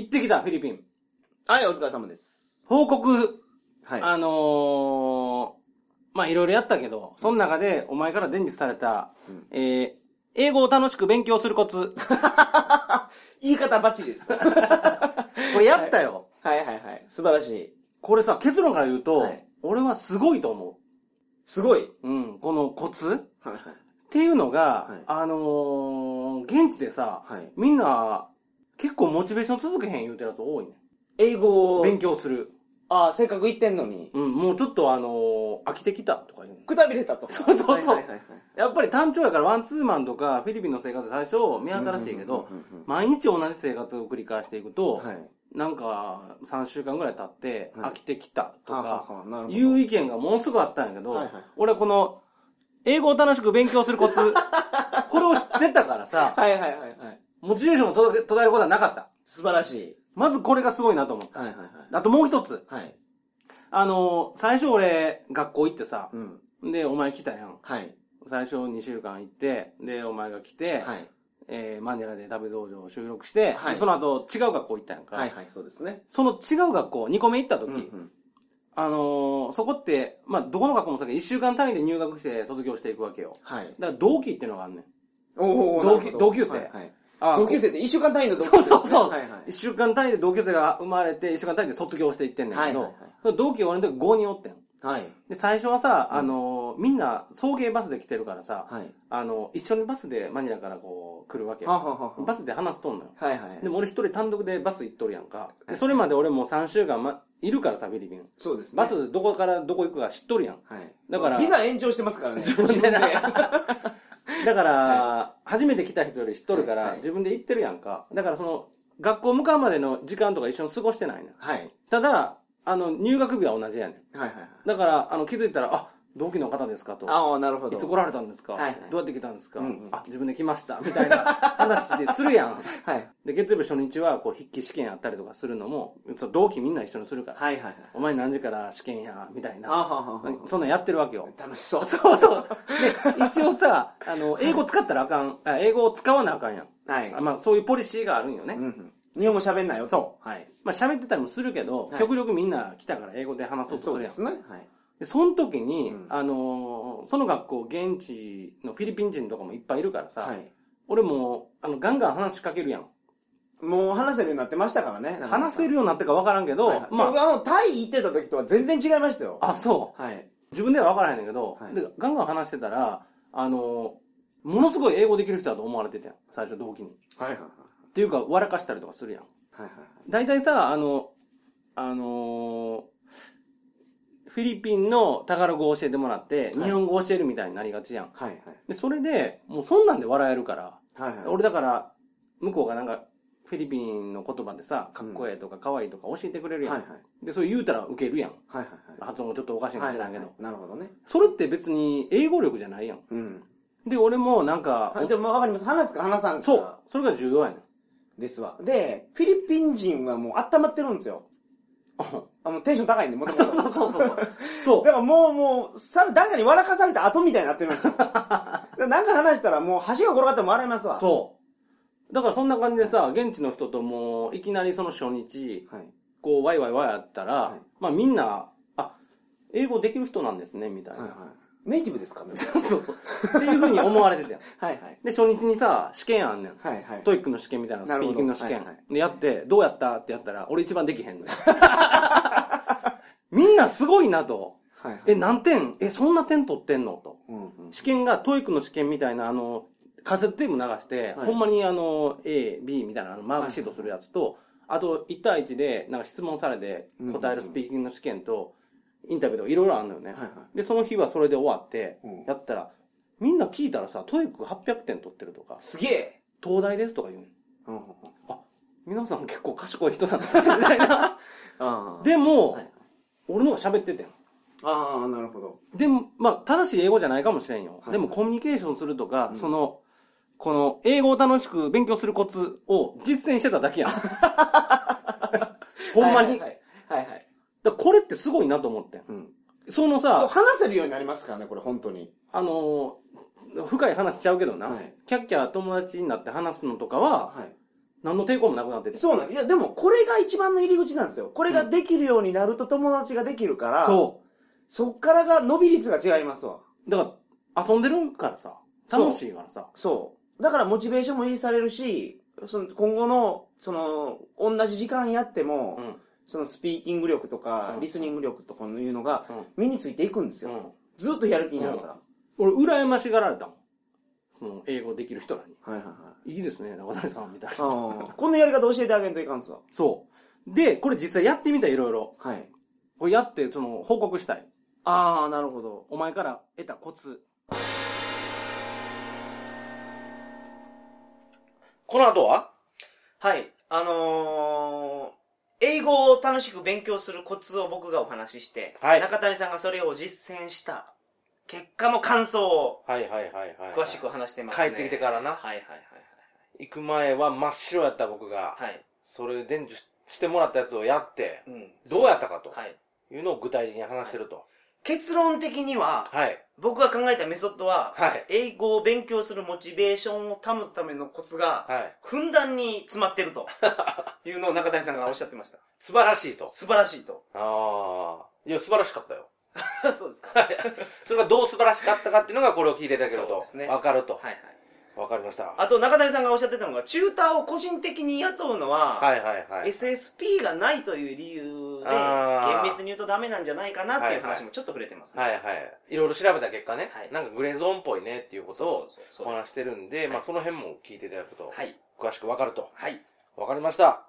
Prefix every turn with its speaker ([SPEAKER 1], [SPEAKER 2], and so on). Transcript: [SPEAKER 1] ってきた、フィリピン。
[SPEAKER 2] はい、お疲れ様です。
[SPEAKER 1] 報告、
[SPEAKER 2] はい。
[SPEAKER 1] あのー、まあ、いろいろやったけど、その中でお前から伝授された、えー、英語を楽しく勉強するコツ。
[SPEAKER 2] 言い方バッチリ です。はい
[SPEAKER 1] これやったよ。
[SPEAKER 2] はいはい。素晴らしい。
[SPEAKER 1] これさ、結論から言うと、
[SPEAKER 2] はい
[SPEAKER 1] 俺はすごいと思
[SPEAKER 2] すごい。
[SPEAKER 1] う。うん、このコツっ
[SPEAKER 2] はい
[SPEAKER 1] ていうのが、
[SPEAKER 2] はい
[SPEAKER 1] あのー、現地でさ、
[SPEAKER 2] はい
[SPEAKER 1] みんな、結構モチベーション続けへん言うてるやつ多いね。
[SPEAKER 2] 英語を、
[SPEAKER 1] 勉強する。
[SPEAKER 2] ああ、せっかく言ってんのに、
[SPEAKER 1] うん、もうちょっとあのー飽きてきたとか言うね
[SPEAKER 2] くたびれたと。そう
[SPEAKER 1] そうそう
[SPEAKER 2] い
[SPEAKER 1] やっぱり単調やからワンツーマンとかフィリピンの生活最初目新しいけど
[SPEAKER 2] うんうんうんうんうん
[SPEAKER 1] 毎日同じ生活を繰り返していくと、
[SPEAKER 2] はい。
[SPEAKER 1] なんか3週間ぐらい経って
[SPEAKER 2] はい
[SPEAKER 1] 飽きてきたと
[SPEAKER 2] はあは
[SPEAKER 1] か
[SPEAKER 2] あなるほど
[SPEAKER 1] いう意見がものすごくあったんやけど、
[SPEAKER 2] はいはい
[SPEAKER 1] 俺はこの英語を楽しく勉強する コツこれを知ってたからさ
[SPEAKER 2] はいはいはいはい。
[SPEAKER 1] モチベーションが途絶途絶えることはなかった
[SPEAKER 2] 素晴らしい。
[SPEAKER 1] まずこれがすごいなと思った
[SPEAKER 2] はいはいはい。
[SPEAKER 1] あともう一つ
[SPEAKER 2] はい。
[SPEAKER 1] あの最初俺学校行ってさ
[SPEAKER 2] う、ん。
[SPEAKER 1] でお前来たやん
[SPEAKER 2] はい。
[SPEAKER 1] 最初2週間行ってでお前が来て、
[SPEAKER 2] はい。
[SPEAKER 1] えーマニラで食べ道場を収録して、
[SPEAKER 2] はい
[SPEAKER 1] その後違う学校行ったやんか、
[SPEAKER 2] はいはい、そうですね。
[SPEAKER 1] その違う学校2個目行った時、
[SPEAKER 2] うんうん
[SPEAKER 1] あのーそこって、まあ、どこの学校もそうだけど1週間単位で入学して卒業していくわけよ
[SPEAKER 2] はい。
[SPEAKER 1] だから同期っていうのがあんねん
[SPEAKER 2] おー
[SPEAKER 1] 同期
[SPEAKER 2] なるほど
[SPEAKER 1] 同級生
[SPEAKER 2] はいはい
[SPEAKER 1] あ
[SPEAKER 2] 同級
[SPEAKER 1] 生
[SPEAKER 2] 生って一週間単位の同
[SPEAKER 1] そう
[SPEAKER 2] 級生ですね。
[SPEAKER 1] そうそう、
[SPEAKER 2] はいはい
[SPEAKER 1] 1。週間単位で同級生が生まれて1週間単位で卒業していってんねんけど、
[SPEAKER 2] はいはいはい
[SPEAKER 1] その同期俺の時5人おってん
[SPEAKER 2] はい。
[SPEAKER 1] で最初はさ、あのーみんな送迎バスで来てるからさ、
[SPEAKER 2] はい。
[SPEAKER 1] あの一緒にバスでマニラからこう来るわけ
[SPEAKER 2] はあ
[SPEAKER 1] よ
[SPEAKER 2] はあはあ
[SPEAKER 1] バスで話しとんのよ
[SPEAKER 2] はいはい。
[SPEAKER 1] でも俺一人単独でバス行っとるやんか。でそれまで俺もう3週間、ま、いるからさ、フィリピン。
[SPEAKER 2] そうですね。
[SPEAKER 1] バスどこからどこ行くか知っとるやん。
[SPEAKER 2] はい。
[SPEAKER 1] だから
[SPEAKER 2] ビザ延長してますからね。 自
[SPEAKER 1] 分でなだから、
[SPEAKER 2] は
[SPEAKER 1] 初めて来た人より知っとるから、
[SPEAKER 2] はいはい
[SPEAKER 1] 自分で行ってるやんか。だからその、学校向かうまでの時間とか一緒に過ごしてないな。
[SPEAKER 2] はい。
[SPEAKER 1] ただ、あの、入学日は同じやねん。
[SPEAKER 2] はいはいはい。
[SPEAKER 1] だから、あの、気づいたら、あ、同期の方ですかと。
[SPEAKER 2] ああ、なるほど。
[SPEAKER 1] いつ来られたんですか、
[SPEAKER 2] はいはい
[SPEAKER 1] どうやって来たんですか、
[SPEAKER 2] うんうん
[SPEAKER 1] あ、自分で来ました。みたいな話でするや ん。
[SPEAKER 2] はい。
[SPEAKER 1] で、月曜日初日は、こう、筆記試験やったりとかするのも、その同期みんな一緒にするから。
[SPEAKER 2] はいはいはい。
[SPEAKER 1] お前何時から試験や、みたい
[SPEAKER 2] ああ
[SPEAKER 1] な。
[SPEAKER 2] はあはあ
[SPEAKER 1] そんなんやってるわけよ。
[SPEAKER 2] 楽し そう。
[SPEAKER 1] そうそう。で、一応さ、あの、英語使ったらあかん、あ英語を使わなあかんやん。
[SPEAKER 2] はい。
[SPEAKER 1] あまあ、そういうポリシーがあるんよね。
[SPEAKER 2] うんうん日本語喋んなよと。
[SPEAKER 1] そ
[SPEAKER 2] はい。
[SPEAKER 1] まあ、喋ってたりもするけど、
[SPEAKER 2] はい
[SPEAKER 1] 極力みんな来たから英語で話そうとす
[SPEAKER 2] そう
[SPEAKER 1] る
[SPEAKER 2] で
[SPEAKER 1] やん。
[SPEAKER 2] すね。はい。
[SPEAKER 1] で、その時に、
[SPEAKER 2] うん
[SPEAKER 1] あのーその学校、現地のフィリピン人とかもいっぱいいるからさ、
[SPEAKER 2] はい。
[SPEAKER 1] 俺も、あの、ガンガン話しかけるやん。
[SPEAKER 2] もう話せるようになってましたからね。
[SPEAKER 1] 話せる
[SPEAKER 2] よ
[SPEAKER 1] ようになったかわからんけど、
[SPEAKER 2] ま
[SPEAKER 1] ま
[SPEAKER 2] あ。
[SPEAKER 1] あ、
[SPEAKER 2] 僕あの、タイ行ってた時とは全然違いましたよ。
[SPEAKER 1] あ、そう。
[SPEAKER 2] はい。
[SPEAKER 1] 自分では分からへんねんけど、
[SPEAKER 2] はい
[SPEAKER 1] でガンガン話してたらあのものすごい英語できる人だと思われてたやん最初同期にっ
[SPEAKER 2] はいはいはい。
[SPEAKER 1] ていうか笑かしたりとかするやん
[SPEAKER 2] はいはいはい。
[SPEAKER 1] 大体さあのあのフィリピンの宝語を教えてもらって、
[SPEAKER 2] はい
[SPEAKER 1] 日本語を教えるみたいになりがちやん
[SPEAKER 2] はいはい。
[SPEAKER 1] でそれでもうそんなんで笑えるから、
[SPEAKER 2] はいはい。
[SPEAKER 1] 俺だから向こうがなんかフィリピンの言葉でさかっこええとかかわいいとか教えてくれるやん、
[SPEAKER 2] はいはい。
[SPEAKER 1] でそれ言うたらウケるやん
[SPEAKER 2] はいはいはい。
[SPEAKER 1] 発音もちょっとおかしいかもしれないけど、
[SPEAKER 2] なるほどね。
[SPEAKER 1] それって別に英語力じゃないやん
[SPEAKER 2] うん。
[SPEAKER 1] で、俺もなんか、
[SPEAKER 2] あじゃあ、まあわかります。話すか話さん
[SPEAKER 1] お
[SPEAKER 2] か。
[SPEAKER 1] そう、それが重要やねん。
[SPEAKER 2] ですわ。で、フィリピン人はもう温まってるんですよ。あもうテンション高いんで、もともと。そうそうそうそう。
[SPEAKER 1] そ
[SPEAKER 2] だからもう、もう、さ誰かに笑かされた後みたいになってるん ですよ。だからなんか話したらもう橋が転がっても笑いますわ。
[SPEAKER 1] う、そう。だからそんな感じでさ、現地の人ともう、いきなりその初日、
[SPEAKER 2] はい。
[SPEAKER 1] こう、ワイワイワイやったら、
[SPEAKER 2] はい
[SPEAKER 1] まあみんな、あ、英語できる人なんですね、みたいな。
[SPEAKER 2] い。ネイティブです かみたい
[SPEAKER 1] そうそう。っていうふうに思われてたやん。
[SPEAKER 2] な。はいはい。
[SPEAKER 1] で、初日にさ、試験あんねん。
[SPEAKER 2] はいはい。
[SPEAKER 1] トイックの試験みたいな、スピ
[SPEAKER 2] なるほ
[SPEAKER 1] ー
[SPEAKER 2] ど
[SPEAKER 1] キングの試験。
[SPEAKER 2] はいは
[SPEAKER 1] で、やって、どうやったってやったら、俺一番できへんのよ。 みんなすごいなと。
[SPEAKER 2] はいはい。
[SPEAKER 1] え、何点え、そんな点取ってんのと。
[SPEAKER 2] うんうん。
[SPEAKER 1] 試験が、トイックの試験みたいな、あの、カセットテープ流して、
[SPEAKER 2] はい
[SPEAKER 1] ほんまにあの、A、B みたいなあのマークシートするやつと、あと、1対1で、なんか質問されて答えるスピーキングの試験と、インタビューとかいろいろあるのよね。
[SPEAKER 2] はいはい。
[SPEAKER 1] で、その日はそれで終わって
[SPEAKER 2] うん、
[SPEAKER 1] やったら、みんな聞いたらさ、トイック800点取ってるとか、
[SPEAKER 2] すげえ。
[SPEAKER 1] 東大ですとか言うの
[SPEAKER 2] うんうんうん。
[SPEAKER 1] 皆さん結構賢い人なんですね、みたい な。
[SPEAKER 2] ああ。
[SPEAKER 1] でも、
[SPEAKER 2] はい
[SPEAKER 1] 俺の方が喋っててん。
[SPEAKER 2] ああ、なるほど。
[SPEAKER 1] でも、まあ、正しい英語じゃないかもしれんよ。
[SPEAKER 2] はい
[SPEAKER 1] でも、コミュニケーションするとか、
[SPEAKER 2] うん
[SPEAKER 1] その、この、英語を楽しく勉強するコツを実践してただ けやん。ほんまに。
[SPEAKER 2] はいはいはい。はいは
[SPEAKER 1] だ
[SPEAKER 2] い。
[SPEAKER 1] からこれってすごいなと思ってん。
[SPEAKER 2] うん。
[SPEAKER 1] その
[SPEAKER 2] もう
[SPEAKER 1] さ、
[SPEAKER 2] 話せるようになりますからね、これ本当に。
[SPEAKER 1] あのー深い話しちゃうけどな、
[SPEAKER 2] はい
[SPEAKER 1] キャッキャ友達になって話すのとかは、
[SPEAKER 2] はい。
[SPEAKER 1] 何の抵抗もなくなってて。
[SPEAKER 2] そうなんです。いや、でもこれが一番の入り口なんですよ。これができるようになると友達ができるから、
[SPEAKER 1] そ
[SPEAKER 2] そっからが伸び率が違いますわ。
[SPEAKER 1] う。だから、遊んでるんからさ、
[SPEAKER 2] そう
[SPEAKER 1] 楽しいからさ。
[SPEAKER 2] そう。だからモチベーションも維持されるし、その今後の、その、同じ時間やっても、
[SPEAKER 1] うん。
[SPEAKER 2] そのスピーキング力とか、
[SPEAKER 1] うん
[SPEAKER 2] リスニング力とかいうのが、
[SPEAKER 1] うん
[SPEAKER 2] 身についていくんです
[SPEAKER 1] う
[SPEAKER 2] よ。
[SPEAKER 1] ん。
[SPEAKER 2] ずっとやる気になるから。
[SPEAKER 1] 俺、羨ましがられたもん。その、英語できる人らに。
[SPEAKER 2] はいはいはい。
[SPEAKER 1] いいですね、中谷さん、みたいな。
[SPEAKER 2] ああ、こんなやり方教えてあげんといかんすわ。
[SPEAKER 1] そう。で、これ実際やってみた、いろいろ。
[SPEAKER 2] はい。
[SPEAKER 1] これやって、その、報告したい。
[SPEAKER 2] ああ、なるほど。
[SPEAKER 1] お前から得たコツ。
[SPEAKER 2] この後ははい。あのー、英語を楽しく勉強するコツを僕がお話しして、
[SPEAKER 1] はい
[SPEAKER 2] 中谷さんがそれを実践した結果の感想を
[SPEAKER 1] はいはいはいはい
[SPEAKER 2] 詳しく話してますね。
[SPEAKER 1] 帰ってきてからな
[SPEAKER 2] はいはいはい
[SPEAKER 1] 行く前は真っ白やった僕が、
[SPEAKER 2] はい。はい。
[SPEAKER 1] それで伝授ししてもらったやつをやって、
[SPEAKER 2] うん
[SPEAKER 1] どうやったかと
[SPEAKER 2] はい。
[SPEAKER 1] いうのを具体的に話してると。
[SPEAKER 2] 結論的には、
[SPEAKER 1] はい。
[SPEAKER 2] 僕が考えたメソッドは、
[SPEAKER 1] はい。
[SPEAKER 2] 英語を勉強するモチベーションを保つためのコツが、
[SPEAKER 1] はい。
[SPEAKER 2] ふんだんに詰まってるというのを中谷さんがおっしゃってました。
[SPEAKER 1] 素晴らしいと。
[SPEAKER 2] 素晴らし いと。
[SPEAKER 3] ああ。いや、素晴らしかったよ。
[SPEAKER 2] そうですか。はい
[SPEAKER 3] それがどう素晴らしかったかっていうのがこれを聞いていただける
[SPEAKER 2] そう
[SPEAKER 3] と
[SPEAKER 2] ですね。
[SPEAKER 3] わかると。
[SPEAKER 2] はい。
[SPEAKER 3] わかりました。は
[SPEAKER 2] あと、中谷さんがおっしゃってたのが、チューターを個人的に雇うのは、
[SPEAKER 3] いはいはい。
[SPEAKER 2] SSP がないという理由で、
[SPEAKER 3] あー
[SPEAKER 2] 厳密に言うとダメなんじゃないかなっていう
[SPEAKER 3] はいは
[SPEAKER 2] 話
[SPEAKER 3] い
[SPEAKER 2] もちょっと触れてますね。
[SPEAKER 3] はいはい。いろいろ調べた結果ね
[SPEAKER 2] はい、
[SPEAKER 3] なんかグレーゾーンっぽいねっていうことを
[SPEAKER 2] そうそうそう
[SPEAKER 3] お
[SPEAKER 2] そうで
[SPEAKER 3] 話
[SPEAKER 2] す
[SPEAKER 3] してるんで、まあその辺も聞いていただくと、
[SPEAKER 2] はい。
[SPEAKER 3] 詳しくわかると。
[SPEAKER 2] はい。
[SPEAKER 3] わかりました。